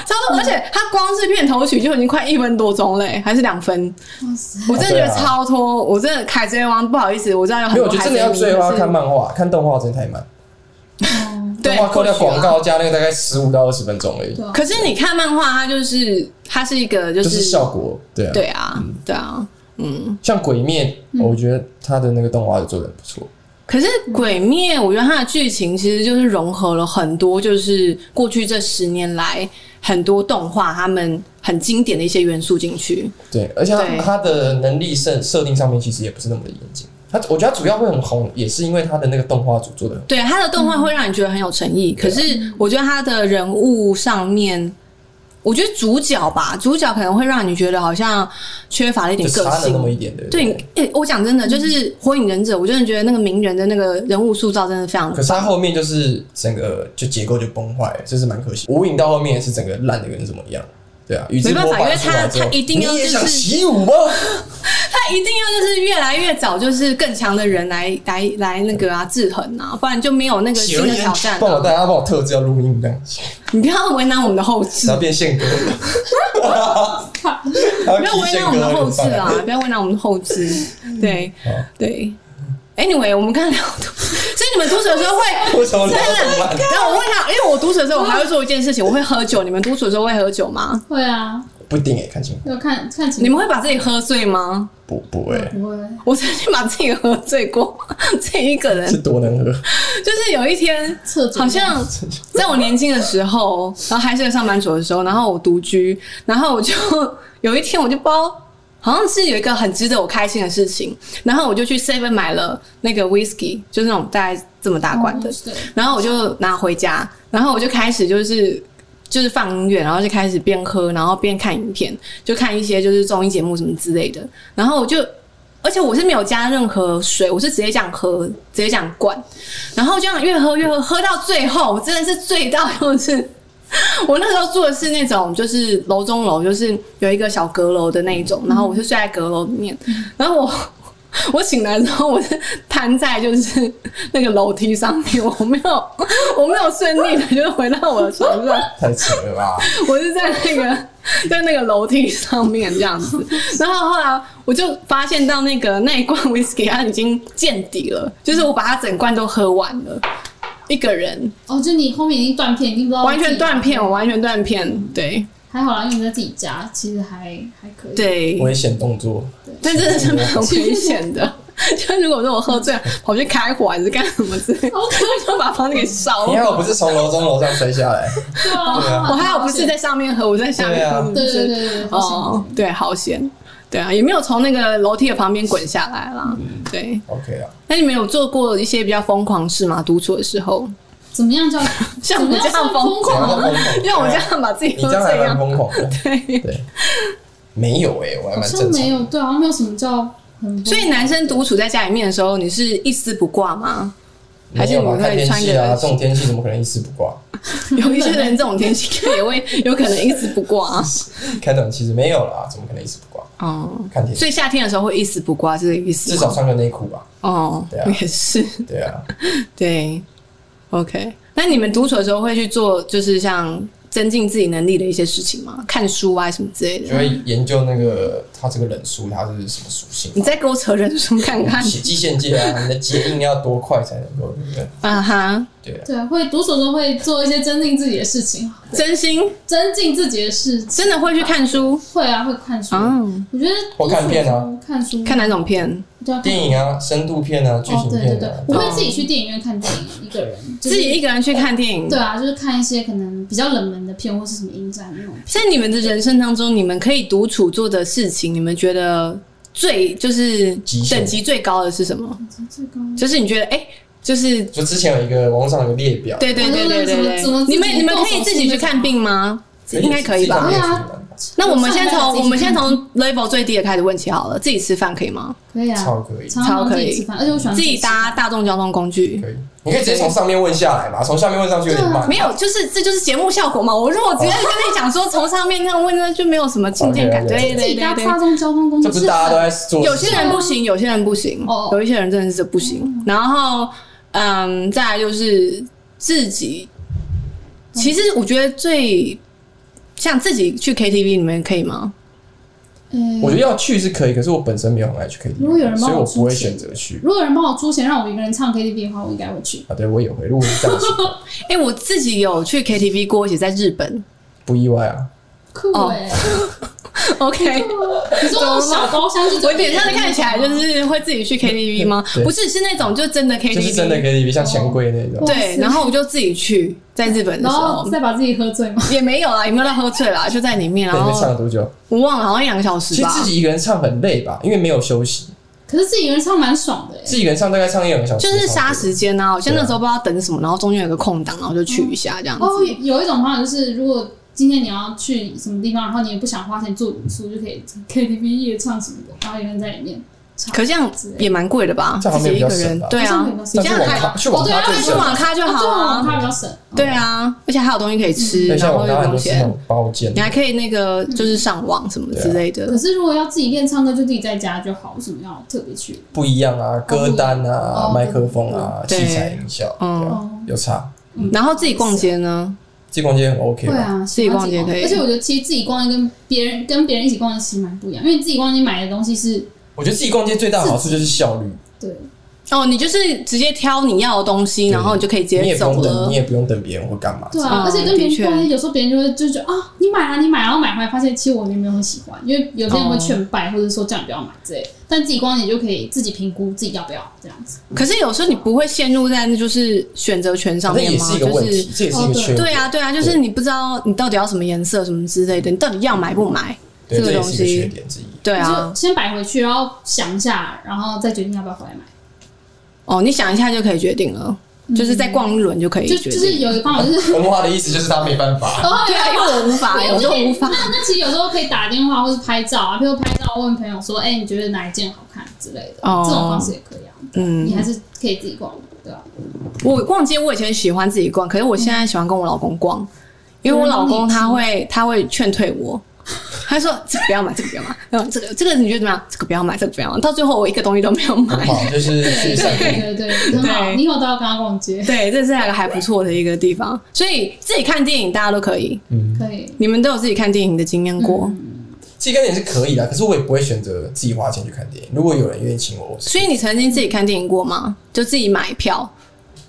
[SPEAKER 1] 超多，而且他光是片头曲就已经快一分多钟嘞、欸还是两分，
[SPEAKER 3] 哇塞，
[SPEAKER 1] 我真的觉得
[SPEAKER 2] 对啊
[SPEAKER 1] 超拖，我真的《海贼王》不好意思，我知道有很
[SPEAKER 2] 没有，
[SPEAKER 1] 多
[SPEAKER 2] 我觉得
[SPEAKER 1] 海
[SPEAKER 2] 真的
[SPEAKER 1] 贼
[SPEAKER 2] 要
[SPEAKER 1] 迷，
[SPEAKER 2] 追的话，
[SPEAKER 1] 可是
[SPEAKER 2] 看漫画、看动画真的太慢。
[SPEAKER 3] 哦
[SPEAKER 2] 动
[SPEAKER 1] 对
[SPEAKER 2] 画扣掉
[SPEAKER 1] 或许啦啊
[SPEAKER 2] 广告加那个大概十五到二十分钟而已
[SPEAKER 3] 对，啊，
[SPEAKER 1] 可是你看漫画，它就是它是一个就、
[SPEAKER 2] 就是是效果。对啊，
[SPEAKER 1] 对嗯啊，对啊，嗯。
[SPEAKER 2] 像《鬼灭》，我觉得它的那个动画做的不错。
[SPEAKER 1] 可是《鬼灭》，我觉得它的剧情其实就是融合了很多，就是过去这十年来很多动画他们很经典的一些元素进去。
[SPEAKER 2] 对，而且
[SPEAKER 1] 对
[SPEAKER 2] 它它的能力设设定上面其实也不是那么的严谨。它我觉得它主要会很红，也是因为它的那个动画组做的很。
[SPEAKER 1] 对它的动画会让你觉得很有诚意，
[SPEAKER 2] 嗯
[SPEAKER 1] 可是我觉得它的人物上面。我觉得主角吧，主角可能会让你觉得好像缺乏了一
[SPEAKER 2] 就
[SPEAKER 1] 点个
[SPEAKER 2] 差了
[SPEAKER 1] 性，
[SPEAKER 2] 那么一点的，
[SPEAKER 1] 对，嗯诶、我讲真的，就是《火影忍者》，我真的觉得那个鸣人的那个人物塑造真的非常
[SPEAKER 2] 可
[SPEAKER 1] 的
[SPEAKER 2] 是它
[SPEAKER 1] 棒。
[SPEAKER 2] 后面就是整个就结构就崩坏了，这是蛮可惜。无影到后面也是整个烂的跟什么一样，对啊，宇智波
[SPEAKER 1] 没办法
[SPEAKER 2] 霸
[SPEAKER 1] 因为
[SPEAKER 2] 出来
[SPEAKER 1] 它
[SPEAKER 2] 之后，
[SPEAKER 1] 它一定要
[SPEAKER 2] 你也
[SPEAKER 1] 就是
[SPEAKER 2] 想习武吗？
[SPEAKER 1] 他一定要就是越来越早，就是更强的人来来来那个啊制衡啊，不然就没有那个新的挑战、
[SPEAKER 2] 帮我
[SPEAKER 1] 啊。
[SPEAKER 2] 大家帮我特制要录音这样，
[SPEAKER 1] 你不要为难我们的后置
[SPEAKER 2] 然，后变
[SPEAKER 1] [LAUGHS]
[SPEAKER 2] 宪哥，
[SPEAKER 1] 不
[SPEAKER 2] 不
[SPEAKER 1] 要为难我们的后置啊，不要为难我们的后置。对
[SPEAKER 2] 好
[SPEAKER 1] 对，Anyway，我们刚才聊多，所以你们读者的时候会
[SPEAKER 2] 为什么聊这么烂？
[SPEAKER 1] 然后我问他，因为我读书的时候，我还会做一件事情，我会喝酒。你们读书的时候会喝酒吗？
[SPEAKER 3] 会啊，
[SPEAKER 2] 不一定诶，看情况。
[SPEAKER 3] 要看看情
[SPEAKER 1] 你
[SPEAKER 3] 况，
[SPEAKER 1] 们会把自己喝醉吗？
[SPEAKER 2] 不不会，
[SPEAKER 3] 不会
[SPEAKER 1] 我曾经把自己喝醉过， [LAUGHS] 这一个人
[SPEAKER 2] 是多能喝。
[SPEAKER 1] 就是有一天，
[SPEAKER 3] 侧着
[SPEAKER 1] 好像在我年轻的时候，然后还是个上班族的时候，然后我独居，然后我就 [LAUGHS] 有一天我就包。好像是有一个很值得我开心的事情，然后我就去 Seven 买了那个 whisky，就是那种大概这么大罐的，
[SPEAKER 3] 哦对，
[SPEAKER 1] 然后我就拿回家，然后我就开始就是就是放音乐，然后就开始边喝，然后边看影片，就看一些就是综艺节目什么之类的。然后我就，而且我是没有加任何水，我是直接这样喝，直接这样灌，然后这样越喝越喝，喝到最后我真的是醉到就是。 [LAUGHS] 我那时候住的是那种，就是楼中楼，就是有一个小阁楼的那一种，然后我是睡在阁楼里面，然后我 [LAUGHS] 我醒来之后，我是瘫在就是那个楼梯上面，我没有 [LAUGHS] 我没有顺利的就是回到我的床
[SPEAKER 3] [LAUGHS]
[SPEAKER 1] 上，
[SPEAKER 2] 太扯了吧！
[SPEAKER 1] 我是在那个在那个楼梯上面这样
[SPEAKER 3] [LAUGHS]
[SPEAKER 1] 子。然后后来我就发现到那个那一罐 whisky 它已经见底了，就是我把它整罐都喝完了，一个人
[SPEAKER 3] 哦，就你后面已经断片，你不知道
[SPEAKER 1] 完全断片，我
[SPEAKER 3] 哦。
[SPEAKER 1] 完全断片，对
[SPEAKER 3] 还好啦，因为你在自己家，其实还还可以。，
[SPEAKER 1] 对，
[SPEAKER 2] 危险动作，
[SPEAKER 1] 但真的是蛮危险的。 [LAUGHS] 就如果说我喝醉了跑去开火还是干什么之类的，
[SPEAKER 3] 好可
[SPEAKER 1] 就把房子给烧了
[SPEAKER 2] 你。还好不是从楼中楼上摔下来，
[SPEAKER 3] 对啊，
[SPEAKER 1] 我还有不是在上面喝，我在下面喝，
[SPEAKER 2] 啊
[SPEAKER 3] 对
[SPEAKER 1] 是
[SPEAKER 3] 对
[SPEAKER 1] 不
[SPEAKER 3] 对
[SPEAKER 1] 是？
[SPEAKER 3] 对，
[SPEAKER 1] 哦，对，好险，对啊，也没有从那个楼梯的旁边滚下来啦。
[SPEAKER 2] 嗯
[SPEAKER 1] 对，
[SPEAKER 2] OK 啊，
[SPEAKER 1] 那你们有做过一些比较疯狂事吗？独处的时候，
[SPEAKER 3] 怎么样叫
[SPEAKER 1] [LAUGHS] 像我
[SPEAKER 3] 怎么
[SPEAKER 1] 这
[SPEAKER 3] 样
[SPEAKER 1] 样
[SPEAKER 3] 算
[SPEAKER 1] 疯
[SPEAKER 3] 疯啊
[SPEAKER 2] 怎样
[SPEAKER 1] 狂，像
[SPEAKER 2] 叫疯狂？
[SPEAKER 1] 我这样把自己
[SPEAKER 2] 你
[SPEAKER 1] 喝
[SPEAKER 2] 这样还
[SPEAKER 1] 醉
[SPEAKER 2] 蛮
[SPEAKER 1] 啊，
[SPEAKER 2] 疯狂的，
[SPEAKER 1] 对。
[SPEAKER 2] 对，没有哎，我还
[SPEAKER 3] 好
[SPEAKER 2] 蛮
[SPEAKER 3] 像
[SPEAKER 2] 正
[SPEAKER 3] 没
[SPEAKER 2] 常。
[SPEAKER 3] 有，对，好像没有什么叫很。
[SPEAKER 1] 所以男生独处在家里面的时候，你是一丝不挂吗？还
[SPEAKER 2] 没
[SPEAKER 1] 是
[SPEAKER 2] 有
[SPEAKER 1] 你
[SPEAKER 2] 吧？看
[SPEAKER 1] 会
[SPEAKER 2] 天
[SPEAKER 1] 穿
[SPEAKER 2] 气啊，
[SPEAKER 1] 个
[SPEAKER 2] 这？种天气怎么可能一丝不挂？
[SPEAKER 1] 有一些人这种天气也会有可能一丝不挂
[SPEAKER 3] [LAUGHS]
[SPEAKER 1] 啊。
[SPEAKER 2] 看这种其实没有啦，怎么可能一丝不挂？
[SPEAKER 1] 哦，
[SPEAKER 2] 看天气，
[SPEAKER 1] 所以夏天的时候会一丝不挂，这个意思吗。
[SPEAKER 2] 至少穿个内裤吧。
[SPEAKER 1] 哦
[SPEAKER 2] 对啊，
[SPEAKER 1] 也是。
[SPEAKER 2] 对啊，
[SPEAKER 1] 对，OK。那你们独处的时候会去做，就是像增进自己能力的一些事情吗？看书啊什么之类
[SPEAKER 2] 就
[SPEAKER 1] 的。
[SPEAKER 2] 会研究那个它这个冷书它是什么属性
[SPEAKER 1] 你。再给我扯人数看
[SPEAKER 3] [LAUGHS]
[SPEAKER 1] 看。
[SPEAKER 2] [LAUGHS] 血迹限界啊，你的结印要多快才能够？对不对
[SPEAKER 1] 啊哈，
[SPEAKER 2] 对啊，
[SPEAKER 3] 对，会独处中会做一些增进自己的事情，
[SPEAKER 1] 真心
[SPEAKER 3] 增进自己的事情。
[SPEAKER 1] 真的会去看书
[SPEAKER 3] 会啊，会看书。
[SPEAKER 1] 啊？
[SPEAKER 3] 我觉得
[SPEAKER 2] 或看片啊
[SPEAKER 3] 独处中看书
[SPEAKER 1] 看哪种片？
[SPEAKER 3] 对啊，
[SPEAKER 2] 电影啊、深度片啊、剧
[SPEAKER 3] 哦，
[SPEAKER 2] 情
[SPEAKER 3] 对对
[SPEAKER 2] 片
[SPEAKER 3] 对
[SPEAKER 2] 啊，，
[SPEAKER 3] 我会自己去电影院看电影，一个人
[SPEAKER 1] 自己。
[SPEAKER 3] 就是
[SPEAKER 1] 一个人去看电影
[SPEAKER 3] 对。啊，就是看一些可能比较冷门的片，或是什么影展那种。
[SPEAKER 1] 在你们的人生当中，你们可以独处做的事情，你们觉得最就是
[SPEAKER 2] 极限
[SPEAKER 1] 等级最高的是什么？
[SPEAKER 3] 这个
[SPEAKER 1] 就是你觉得哎、就是
[SPEAKER 2] 就之前有一个网络上有个列表，
[SPEAKER 1] 对对对对对对，
[SPEAKER 3] 怎哦么怎么自己
[SPEAKER 1] 你们你们可以
[SPEAKER 3] 动手
[SPEAKER 1] 自己
[SPEAKER 3] 术
[SPEAKER 1] 去
[SPEAKER 3] 那种
[SPEAKER 1] 看病吗？应该可以吧？
[SPEAKER 2] 自己上面
[SPEAKER 3] 对啊
[SPEAKER 2] 也是有的
[SPEAKER 1] 那我们先
[SPEAKER 3] 我上班
[SPEAKER 1] 从
[SPEAKER 3] 了自己
[SPEAKER 1] 我们先从 level 最低的开始问起好了，自己吃饭可以吗？
[SPEAKER 3] 可以啊，
[SPEAKER 2] 超可以，
[SPEAKER 3] 常
[SPEAKER 1] 超
[SPEAKER 3] 常
[SPEAKER 1] 可
[SPEAKER 3] 自
[SPEAKER 1] 以
[SPEAKER 3] 己吃饭，而且我喜欢
[SPEAKER 1] 嗯自己
[SPEAKER 3] 吃
[SPEAKER 1] 搭大众交通工具
[SPEAKER 2] 可以。你可以直接从上面问下来嘛，从下面问上去有点慢。
[SPEAKER 1] 啊没有，就是这就是节目效果嘛。我如果直接跟你讲说从上面那样问，那就没有什么亲近感。
[SPEAKER 2] OK，OK，OK
[SPEAKER 1] 对
[SPEAKER 3] 自
[SPEAKER 1] 对
[SPEAKER 3] 己搭
[SPEAKER 1] 对对。
[SPEAKER 3] 大众交通工具，
[SPEAKER 2] 这不是大家都在做的
[SPEAKER 1] 有
[SPEAKER 2] 事
[SPEAKER 1] 些
[SPEAKER 2] 情吗，
[SPEAKER 1] 人不行，有些人不行
[SPEAKER 3] 哦，
[SPEAKER 1] 有一些人真的是不行。然后，嗯，再来就是自己，其实我觉得最像自己去 KTV，你们可以吗？
[SPEAKER 3] 呃
[SPEAKER 2] 我觉得要去是可以，可是我本身没有很爱去 KTV，
[SPEAKER 3] 如果有人
[SPEAKER 2] 所
[SPEAKER 3] 帮我
[SPEAKER 2] 以我不会
[SPEAKER 3] 出钱
[SPEAKER 2] 选择去
[SPEAKER 3] 如果有人帮我出钱让我一个人唱 KTV 的话，我应该会去。
[SPEAKER 2] 啊。对我也会，如果是这样去，
[SPEAKER 1] 哎，我自己有去 KTV 过，而且在日本。
[SPEAKER 2] 不意外啊。
[SPEAKER 3] 酷
[SPEAKER 1] 哦
[SPEAKER 3] 哎、
[SPEAKER 1] OK，
[SPEAKER 3] 你说我小包厢就
[SPEAKER 1] 我脸上看起来就
[SPEAKER 3] 哇
[SPEAKER 1] 是会自己去 KTV 吗？
[SPEAKER 2] 对
[SPEAKER 1] 不是，是那种就真的 KTV，
[SPEAKER 2] 就是真的 KTV 像钱柜那种，
[SPEAKER 1] 哦对。然后我就自己去，在日本的
[SPEAKER 3] 然
[SPEAKER 1] 时
[SPEAKER 3] 后
[SPEAKER 1] 候
[SPEAKER 3] 哦再把自己喝醉吗？
[SPEAKER 1] 也没有啦，也没有到喝醉啦，就在里面。
[SPEAKER 2] 对，
[SPEAKER 1] 然
[SPEAKER 2] 你们
[SPEAKER 1] 后
[SPEAKER 2] 唱多久？
[SPEAKER 1] 我忘了，好像两个小
[SPEAKER 2] 其
[SPEAKER 1] 时
[SPEAKER 2] 实
[SPEAKER 1] 吧
[SPEAKER 2] 自。己一个人唱很累吧，因为没有休息，
[SPEAKER 3] 可是自己一个人唱蛮爽的、
[SPEAKER 2] 自
[SPEAKER 3] 欸，
[SPEAKER 2] 己一个人唱大概唱一两个小时，
[SPEAKER 1] 就是杀时间啊！我像
[SPEAKER 2] 对啊
[SPEAKER 1] 那时候不知道等什么，然后中间有个空档，然后就去一下这样子。
[SPEAKER 3] 哦，
[SPEAKER 2] 啊
[SPEAKER 3] 有一种方法就是，如果今天你要去什么地方，然后你也不想花钱做民宿，就可以 KTV 夜唱什么的，然后一个人在里面唱。
[SPEAKER 1] 可是这样也蛮贵的吧？
[SPEAKER 2] 这样
[SPEAKER 1] 自
[SPEAKER 2] 好像
[SPEAKER 1] 己
[SPEAKER 2] 也
[SPEAKER 1] 一
[SPEAKER 2] 比较
[SPEAKER 1] 个人
[SPEAKER 2] 省吧，
[SPEAKER 1] 对
[SPEAKER 3] 好
[SPEAKER 1] 啊
[SPEAKER 3] 像比较，
[SPEAKER 1] 你
[SPEAKER 2] 那
[SPEAKER 1] 这
[SPEAKER 2] 去
[SPEAKER 1] 样
[SPEAKER 2] 网
[SPEAKER 1] 还
[SPEAKER 2] 咖去网
[SPEAKER 3] 哦对啊
[SPEAKER 1] 那
[SPEAKER 2] 咖最
[SPEAKER 1] 去
[SPEAKER 2] 省，
[SPEAKER 1] 网咖就
[SPEAKER 3] 哦
[SPEAKER 1] 好
[SPEAKER 3] 对啊，
[SPEAKER 1] 啊。
[SPEAKER 3] 他比较省。
[SPEAKER 1] 对啊，而且还有东西可以吃，
[SPEAKER 2] 对，
[SPEAKER 1] 然
[SPEAKER 2] 像
[SPEAKER 1] 后
[SPEAKER 2] 网
[SPEAKER 1] 又不
[SPEAKER 2] 咖很
[SPEAKER 1] 用
[SPEAKER 2] 多是那
[SPEAKER 1] 钱，
[SPEAKER 2] 种包间
[SPEAKER 1] 你，还可以那个就是上网什么
[SPEAKER 2] 啊
[SPEAKER 1] 之类的
[SPEAKER 3] 可。是如果要自己练唱歌，就自己在家就好，为什么要特别去？
[SPEAKER 2] 不一样啊，歌单啊
[SPEAKER 3] 哦、
[SPEAKER 2] 麦克风啊、
[SPEAKER 1] 对
[SPEAKER 2] 器材、音效，
[SPEAKER 1] 嗯
[SPEAKER 2] 对啊
[SPEAKER 3] 哦，
[SPEAKER 2] 有差。
[SPEAKER 1] 然后自己逛街呢？
[SPEAKER 2] 这逛街很 OK
[SPEAKER 3] 会
[SPEAKER 2] 吧？
[SPEAKER 3] 啊，
[SPEAKER 1] 自己逛街可以
[SPEAKER 3] 而且我觉得其实自己逛街跟别人跟别人一起逛街其实蛮不一样，因为自己逛街买的东西是
[SPEAKER 2] 我觉得自己逛街最大的好处就是效率，
[SPEAKER 3] 对
[SPEAKER 1] 哦，你就是直接挑你要的东西，
[SPEAKER 2] 对
[SPEAKER 1] 然后你就可以直
[SPEAKER 2] 你也
[SPEAKER 1] 接走
[SPEAKER 2] 不用等，
[SPEAKER 1] 了
[SPEAKER 2] 你。也不用等别人或干嘛。
[SPEAKER 3] 对啊，
[SPEAKER 1] 嗯
[SPEAKER 3] 而且跟别
[SPEAKER 1] 的
[SPEAKER 3] 人
[SPEAKER 1] 确
[SPEAKER 3] 逛街，有时候别人就会就觉得啊，你买啊，你买啊，然后买回来发现其实我明明没有喜欢，因为有些人会劝败，或者说叫你不要买之类的。但自己逛街你就可以自己评估自己要不要这样子。
[SPEAKER 1] 可是有时候你不会陷入在那就是选择权上
[SPEAKER 2] 那
[SPEAKER 1] 面
[SPEAKER 2] 也
[SPEAKER 1] 吗
[SPEAKER 2] 是一？个
[SPEAKER 1] 就
[SPEAKER 2] 问题，
[SPEAKER 1] 是
[SPEAKER 2] 这也是一
[SPEAKER 3] 哦
[SPEAKER 2] 个
[SPEAKER 3] 对
[SPEAKER 2] 缺点。
[SPEAKER 1] 对啊，对啊，就是你不知道你到底要什么颜色什么之类的，你到底要买不买？
[SPEAKER 2] 对，
[SPEAKER 1] 这个
[SPEAKER 2] 这也
[SPEAKER 1] 东
[SPEAKER 2] 是一个
[SPEAKER 1] 西
[SPEAKER 2] 缺点之一。
[SPEAKER 1] 对啊
[SPEAKER 3] 就，先摆回去，然后想一下，然后再决定要不要回来买。
[SPEAKER 1] 哦，你想一下就可以决定了，就是再逛一轮就可以
[SPEAKER 3] 就
[SPEAKER 1] 决定。
[SPEAKER 3] 就是有一个方法，就是
[SPEAKER 2] 文化的意思就是他没办法，
[SPEAKER 3] 哦，
[SPEAKER 1] 对啊，因为我无
[SPEAKER 3] [LAUGHS]
[SPEAKER 1] 法，
[SPEAKER 3] 对
[SPEAKER 1] 我
[SPEAKER 3] 就
[SPEAKER 1] 都
[SPEAKER 3] 可以
[SPEAKER 1] 无法
[SPEAKER 3] 那。那其实有时候可以打电话或是拍照啊，譬如拍照问朋友说，哎、你觉得哪一件好看之类的，
[SPEAKER 1] 哦
[SPEAKER 3] 这种方式也可以啊。
[SPEAKER 1] 嗯
[SPEAKER 3] 你，还是可以自己逛的，对啊吧、
[SPEAKER 1] 我逛街，我以前喜欢自己逛，可是我现在喜欢跟我老公逛，因为我老公他会他会劝退我，他说这个不要买，这个不要买，然后这个这个你觉得怎么样？这个不要买，这个不要买，到最后我一个东西都没有
[SPEAKER 2] 很
[SPEAKER 1] 买。
[SPEAKER 2] 好，就是去散步。
[SPEAKER 3] 对对对，很好，
[SPEAKER 1] 对
[SPEAKER 3] 你以后都要跟他逛街，
[SPEAKER 1] 对，这是一个还不错的一个地方，所以自己看电影大家都可以，
[SPEAKER 2] 嗯，
[SPEAKER 3] 可以。
[SPEAKER 1] 你们都有自己看电影的经验过，
[SPEAKER 3] 嗯
[SPEAKER 2] 其实看电影是可以的，可是我也不会选择自己花钱去看电影。如果有人愿意请我，我是
[SPEAKER 1] 所以你曾经自己看电影过吗？就自己买票，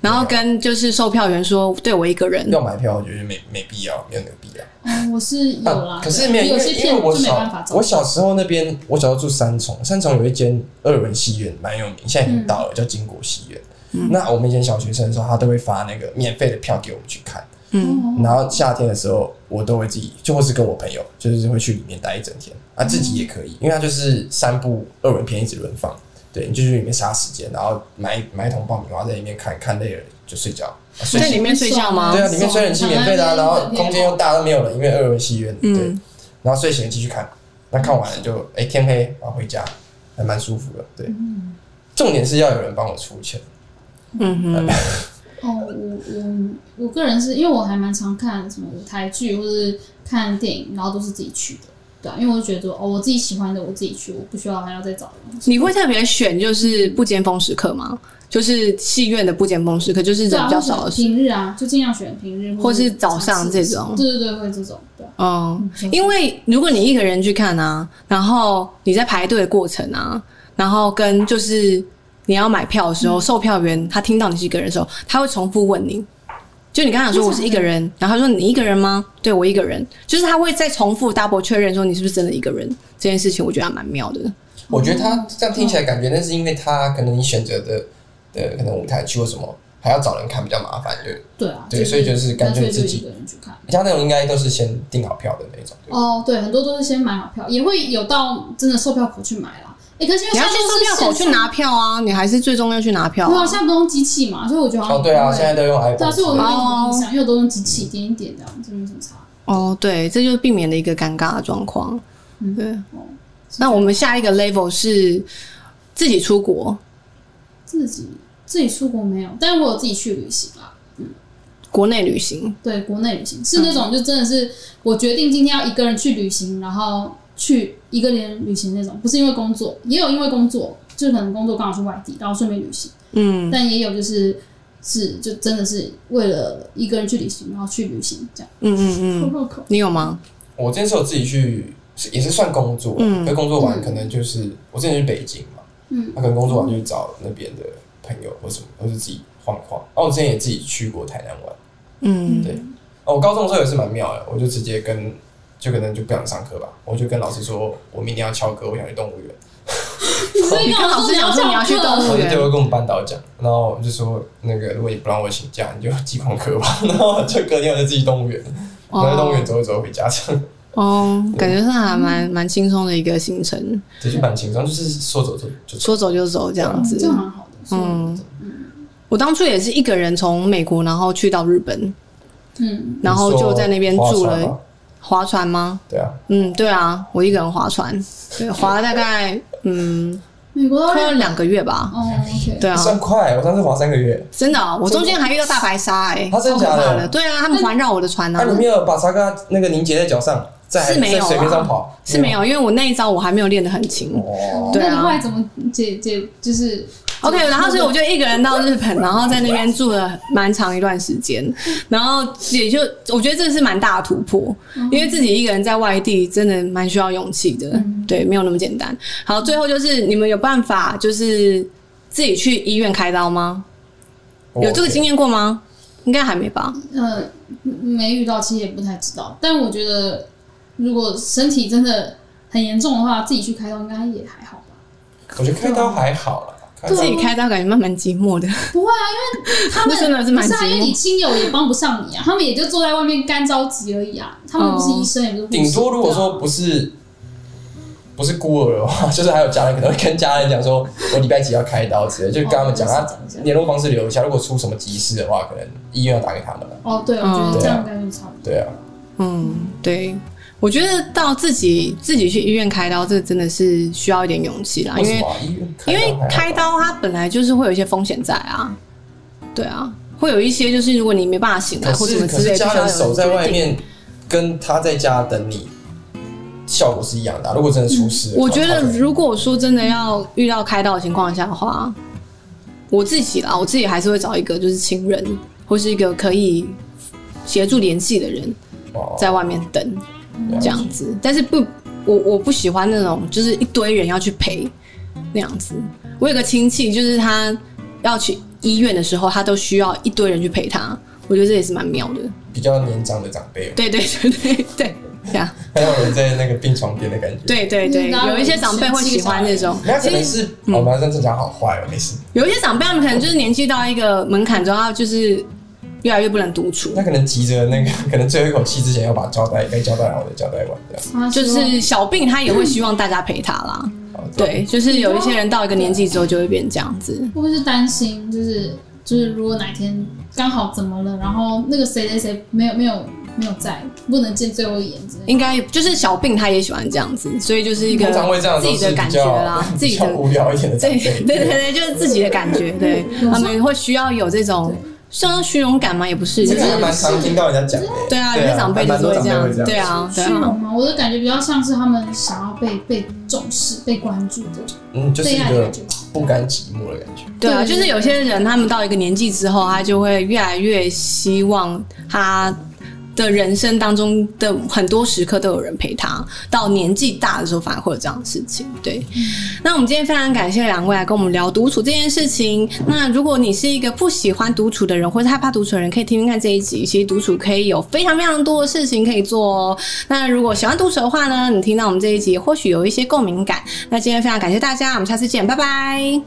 [SPEAKER 1] 然后跟就是售票员说对我一个人，
[SPEAKER 2] 要买票，我觉得没没必要，没有那个必要。
[SPEAKER 3] 哦，我是有啦
[SPEAKER 2] 啊，，可是没有，因
[SPEAKER 3] 有
[SPEAKER 2] 为
[SPEAKER 3] 些
[SPEAKER 2] 因
[SPEAKER 3] 片
[SPEAKER 2] 为我
[SPEAKER 3] 就没办法
[SPEAKER 2] 小
[SPEAKER 3] 找。
[SPEAKER 2] 我小时候那边，我小时候住三重，三重有一间二轮戏院蛮有名，现在
[SPEAKER 3] 嗯
[SPEAKER 2] 已经倒了，叫金国戏院。那我们以前小学生的时候，他都会发那个免费的票给我们去看。
[SPEAKER 1] 嗯，
[SPEAKER 3] 哦
[SPEAKER 2] 然后夏天的时候，我都会自己，就或是跟我朋友，就是会去里面待一整天啊，自己也可以，因为它就是三部二轮片一直轮放，对，你就去里面杀时间，然后买买一桶爆米花在里面看看累了就睡觉，啊睡
[SPEAKER 1] 在
[SPEAKER 2] 醒
[SPEAKER 1] 里面睡觉吗？
[SPEAKER 2] 对啊，里面虽然是免费的、啊，
[SPEAKER 3] 然
[SPEAKER 2] 然
[SPEAKER 3] 后
[SPEAKER 2] 后空间又大，都没有人，因为二轮戏院，对，
[SPEAKER 1] 嗯
[SPEAKER 2] 然后睡醒了继续看，那看完了就哎、天黑，然后回家，还蛮舒服的，对。
[SPEAKER 3] 嗯
[SPEAKER 2] 重点是要有人帮我出钱，
[SPEAKER 1] 嗯哼，
[SPEAKER 3] 哦，我我我个人是因为我还蛮常看什么舞台剧或是看电影，然后都是自己去的，对啊，因为我就觉得哦，我自己喜欢的我自己去，我不需要还要再找人。
[SPEAKER 1] 你会特别选就是不尖峰时刻吗？就是戏院的不尖峰时刻，就是
[SPEAKER 3] 对
[SPEAKER 1] 人
[SPEAKER 3] 啊，
[SPEAKER 1] 比较少的
[SPEAKER 3] 或者
[SPEAKER 1] 时
[SPEAKER 3] 平日啊，就尽量选平日，
[SPEAKER 1] 或是早上这种
[SPEAKER 3] 对对对，会这种，对啊。
[SPEAKER 1] 候。嗯，因为如果你一个人去看啊，然后你在排队的过程啊，然后跟就是你要买票的时
[SPEAKER 3] 嗯
[SPEAKER 1] 候，售票员他听到你是一个人的时候，他会重复问你。就你刚才说我是一个人，然后他说你一个人吗？对我一个人，就是他会再重复 double 确认说你是不是真的一个人这件事情，我觉得还蛮妙的。
[SPEAKER 2] 我觉得
[SPEAKER 3] 嗯
[SPEAKER 2] 他这样听起来感觉，那是因为他可能你选择的的可能舞台剧或什么，还要找人看比较麻烦，对。
[SPEAKER 3] 对啊，
[SPEAKER 2] 对所以就是干脆自己
[SPEAKER 3] 干脆就一个人去看。
[SPEAKER 2] 像那种应该都是先订好票的那种，对。
[SPEAKER 3] 哦，对，很多都是先买好票，也会有到真的售票口去买啦。哎，可是因为
[SPEAKER 1] 你
[SPEAKER 3] 现
[SPEAKER 1] 要
[SPEAKER 3] 在
[SPEAKER 1] 去
[SPEAKER 3] 都是
[SPEAKER 1] 售票口
[SPEAKER 3] 线
[SPEAKER 1] 去
[SPEAKER 3] 上
[SPEAKER 1] 拿票啊，你还是最终要去拿票、
[SPEAKER 3] 没有，
[SPEAKER 1] 啊。
[SPEAKER 3] 现在不用机器嘛，所以我觉得好像
[SPEAKER 2] 哦，对啊，
[SPEAKER 3] 不会
[SPEAKER 2] 现在都用
[SPEAKER 3] 对
[SPEAKER 2] iPhone
[SPEAKER 3] 啊，所以我没有
[SPEAKER 1] 哦
[SPEAKER 2] 之
[SPEAKER 3] 什么影响，因为我都用机器点一点这样，这没什么差。
[SPEAKER 1] 哦，对，这就是避免的一个尴尬的状况。
[SPEAKER 3] 嗯
[SPEAKER 1] 对，
[SPEAKER 3] 哦，是
[SPEAKER 1] 那
[SPEAKER 3] 这样
[SPEAKER 1] 我们下一个 level 是自己出国，
[SPEAKER 3] 自己自己出国没有，但我有自己去旅行啊。
[SPEAKER 1] 国内旅行。
[SPEAKER 3] 对，国内旅行是那种就真的是我决定今天要一个人去旅行，然后去一个人旅行那种，不是因为工作，也有因为工作，就可能工作刚好去外地，然后顺便旅行，
[SPEAKER 1] 嗯，
[SPEAKER 3] 但也有就是是就真的是为了一个人去旅行，然后去旅行这样。
[SPEAKER 1] 嗯嗯
[SPEAKER 3] 好
[SPEAKER 1] 嗯，
[SPEAKER 3] 绕口。
[SPEAKER 1] 你有吗？
[SPEAKER 2] 类。我之前是有自己去，是也是算工作，
[SPEAKER 1] 嗯
[SPEAKER 2] 可工作完
[SPEAKER 3] 嗯
[SPEAKER 2] 可能就是我之前去北京嘛，
[SPEAKER 3] 嗯
[SPEAKER 2] 那可能工作完就去找那边的朋友或什么，或是自己晃一晃。哦，我之前也自己去过台南玩。
[SPEAKER 1] 嗯，
[SPEAKER 2] 对哦，我高中的时候也是蛮妙的，我就直接跟，就可能就不想上课吧，我就跟老师说，我明天要翘课，我想去动物园。
[SPEAKER 3] 所
[SPEAKER 1] 哦
[SPEAKER 3] 以
[SPEAKER 1] 你跟老师讲说你要去动
[SPEAKER 2] 然
[SPEAKER 1] 物
[SPEAKER 2] 后就
[SPEAKER 1] 园
[SPEAKER 2] 对，我跟我们班导讲，然后我就说那个如果你不让我请假，你就记旷课吧。 [LAUGHS] 然后就隔天我就自己动物园，然后在动物园走一走回家，这样
[SPEAKER 1] 哦，感觉上还蛮蛮轻松的一个行程，
[SPEAKER 2] 这就蛮轻松，就是说走就就走。
[SPEAKER 1] 说走就走这样子。
[SPEAKER 3] 这样蛮好的。嗯
[SPEAKER 1] 嗯，我当初也是一个人从美国，然后去到日本，
[SPEAKER 3] 嗯，
[SPEAKER 1] 然后就在那边住
[SPEAKER 2] 你说划船
[SPEAKER 1] 了
[SPEAKER 2] 吗。
[SPEAKER 1] 划船吗？
[SPEAKER 2] 对啊，
[SPEAKER 1] 嗯，对啊，我一个人划船，对，划了大概嗯，
[SPEAKER 3] 美国
[SPEAKER 1] 快
[SPEAKER 3] 人
[SPEAKER 1] 要两个月吧。
[SPEAKER 3] 哦，OK，
[SPEAKER 1] 对啊，
[SPEAKER 2] 算快，我上次滑三个月。
[SPEAKER 1] 真的哦、我中间还遇到大白鲨、哎，
[SPEAKER 2] 啊真的假的
[SPEAKER 1] 超可怕的？对啊，他们环绕我的船呢、
[SPEAKER 2] 那、你没有把沙嘎那个凝结在脚上，在
[SPEAKER 1] 是没有啊
[SPEAKER 2] 在水面上跑？
[SPEAKER 1] 是没有，因为我那一招我还没有练得很勤。
[SPEAKER 2] 哦，
[SPEAKER 1] 对啊啊
[SPEAKER 3] 那你后来怎么解解就是
[SPEAKER 1] OK，然后所以我就一个人到日本，然后在那边住了蛮长一段时间，然后也就我觉得这是蛮大的突破，
[SPEAKER 3] 哦
[SPEAKER 1] 因为自己一个人在外地真的蛮需
[SPEAKER 3] 嗯
[SPEAKER 1] 要勇气的，对，没有那么简单。好，最后就是你们有办法就是自己去医院开刀吗？有这个经
[SPEAKER 2] 验，
[SPEAKER 1] 验过吗？应该还没吧。
[SPEAKER 3] 呃，没遇到，其实也不太知道。但我觉得，如果身体真的很严重的话，自己去开刀应该也还好吧。
[SPEAKER 2] 我觉得开刀还好啦，开
[SPEAKER 1] 啊自
[SPEAKER 2] 刀
[SPEAKER 1] 己开刀感觉蛮蛮寂寞的，
[SPEAKER 3] 啊不会啊，因为他
[SPEAKER 1] [LAUGHS]
[SPEAKER 3] 们
[SPEAKER 1] 那真的是蛮
[SPEAKER 3] 不啊，
[SPEAKER 1] 寂寞
[SPEAKER 3] 因为你亲友也帮不上你啊，他们也就坐在外面干着急而已啊。他们不是医生，也不是护士
[SPEAKER 2] 顶多如果
[SPEAKER 3] 对啊
[SPEAKER 2] 说不是不是孤儿的话， [LAUGHS] 就是还有家人可能会跟家人讲说，我礼拜几要开刀之类，就跟他们讲，
[SPEAKER 3] 哦
[SPEAKER 2] 他
[SPEAKER 3] 就是这样
[SPEAKER 2] 联络方式留一下，如果出什么急事的话，可能医院要打给他们了。
[SPEAKER 3] 哦，对，我觉
[SPEAKER 1] 嗯
[SPEAKER 3] 得这样应该就差不多。
[SPEAKER 2] 对啊，
[SPEAKER 1] 嗯，对，我觉得到自己自己去医院开刀，这真的是需要一点勇气啦，因
[SPEAKER 2] 为什
[SPEAKER 1] 为
[SPEAKER 2] 么啊医院
[SPEAKER 1] 因为
[SPEAKER 2] 还好
[SPEAKER 1] 开刀它本来就是会有一些风险在啊，对啊，会有一些就是如果你没办法醒来
[SPEAKER 2] 可
[SPEAKER 1] 或什
[SPEAKER 2] 是
[SPEAKER 1] 么
[SPEAKER 2] 可
[SPEAKER 1] 之类，
[SPEAKER 2] 是
[SPEAKER 1] 必须
[SPEAKER 2] 家
[SPEAKER 1] 要有
[SPEAKER 2] 人守在
[SPEAKER 1] 决
[SPEAKER 2] 外
[SPEAKER 1] 定。
[SPEAKER 2] 面，跟他在家等你，效果是一样的啊、如果真的出事了，
[SPEAKER 1] 嗯我觉得
[SPEAKER 2] 他可能
[SPEAKER 1] 如果说真的要遇到开刀的情况下的话，我自己啦，我自己还是会找一个就是亲人或是一个可以协助联系的人
[SPEAKER 2] 哦
[SPEAKER 1] 在外面等。
[SPEAKER 2] 了
[SPEAKER 1] 这
[SPEAKER 2] 解
[SPEAKER 1] 样子，但是不，我我不喜欢那种就是一堆人要去陪那样子。我有个亲戚，就是他要去医院的时候，他都需要一堆人去陪他，我觉得这也是蛮妙的。
[SPEAKER 2] 比较年长的长辈哦， [LAUGHS]
[SPEAKER 1] 对对对对对，这样，
[SPEAKER 2] 还有人在那个病床边的感觉。，
[SPEAKER 1] 对对对，有一些长辈会喜欢那种，
[SPEAKER 2] 那可能是
[SPEAKER 1] 嗯
[SPEAKER 2] 哦，反正正常好坏哦，没事。
[SPEAKER 1] 有一些长辈他们可能就是年纪到一个门槛之后，他就是越来越不能独处
[SPEAKER 2] 那。可能急着那个， [LAUGHS] 可能最后一口气之前要把交代该交代好的交代完，这样。
[SPEAKER 3] 啊
[SPEAKER 1] 嗯就是小病，他也会希望大家陪他啦。
[SPEAKER 2] 好，这样
[SPEAKER 1] 对，就是有一些人到一个年纪之后就会变这样子。
[SPEAKER 3] 会不会是担心，就是就是如果哪天刚好怎么了，然后那个谁谁谁没有没有没有在，不能见最后一眼之类的。
[SPEAKER 1] 应该就是小病，他也喜欢这样子，所以就是一个
[SPEAKER 2] 通常会这样
[SPEAKER 1] 自
[SPEAKER 2] 都
[SPEAKER 1] 己
[SPEAKER 2] 是
[SPEAKER 1] 的
[SPEAKER 2] 比
[SPEAKER 1] 感觉
[SPEAKER 2] 较 [LAUGHS]
[SPEAKER 1] 啦，自己
[SPEAKER 2] 比较
[SPEAKER 1] 的
[SPEAKER 2] 无聊一点的长
[SPEAKER 1] 对
[SPEAKER 2] 辈。
[SPEAKER 1] 对对对，就是自己的感觉，对
[SPEAKER 3] 有时候
[SPEAKER 1] 他们会需要有这种像虚荣感嘛，也不是，就
[SPEAKER 2] 这个
[SPEAKER 1] 是
[SPEAKER 2] 还蛮常听到人家讲的。
[SPEAKER 1] 对啊，有些长辈就
[SPEAKER 2] 蛮
[SPEAKER 1] 是
[SPEAKER 2] 多
[SPEAKER 1] 会
[SPEAKER 2] 长
[SPEAKER 1] 这
[SPEAKER 2] 辈
[SPEAKER 1] 样
[SPEAKER 2] 会这，样。
[SPEAKER 1] 对啊，对
[SPEAKER 3] 虚
[SPEAKER 1] 啊，
[SPEAKER 3] 荣吗？我的感觉比较像是他们想要被被重视、被关注的、
[SPEAKER 2] 嗯，就是
[SPEAKER 3] 被
[SPEAKER 2] 一
[SPEAKER 3] 爱的
[SPEAKER 2] 个
[SPEAKER 1] 啊
[SPEAKER 3] 感觉吧。
[SPEAKER 2] 不甘寂寞的感觉。
[SPEAKER 1] 对啊，
[SPEAKER 3] 对
[SPEAKER 1] 就是有些人他们到一个年纪之后，他就会越来越希望他。的人生当中的很多时刻都有人陪他，到年纪大的时候反而会有这样的事情。对，那我们今天非常感谢两位啊来跟我们聊独处这件事情。那如果你是一个不喜欢独处的人，或是害怕独处的人，可以听听看这一集。其实独处可以有非常非常多的事情可以做哦。那如果喜欢独处的话呢，你听到我们这一集，或许有一些共鸣感。那今天非常感谢大家，我们下次见，拜拜。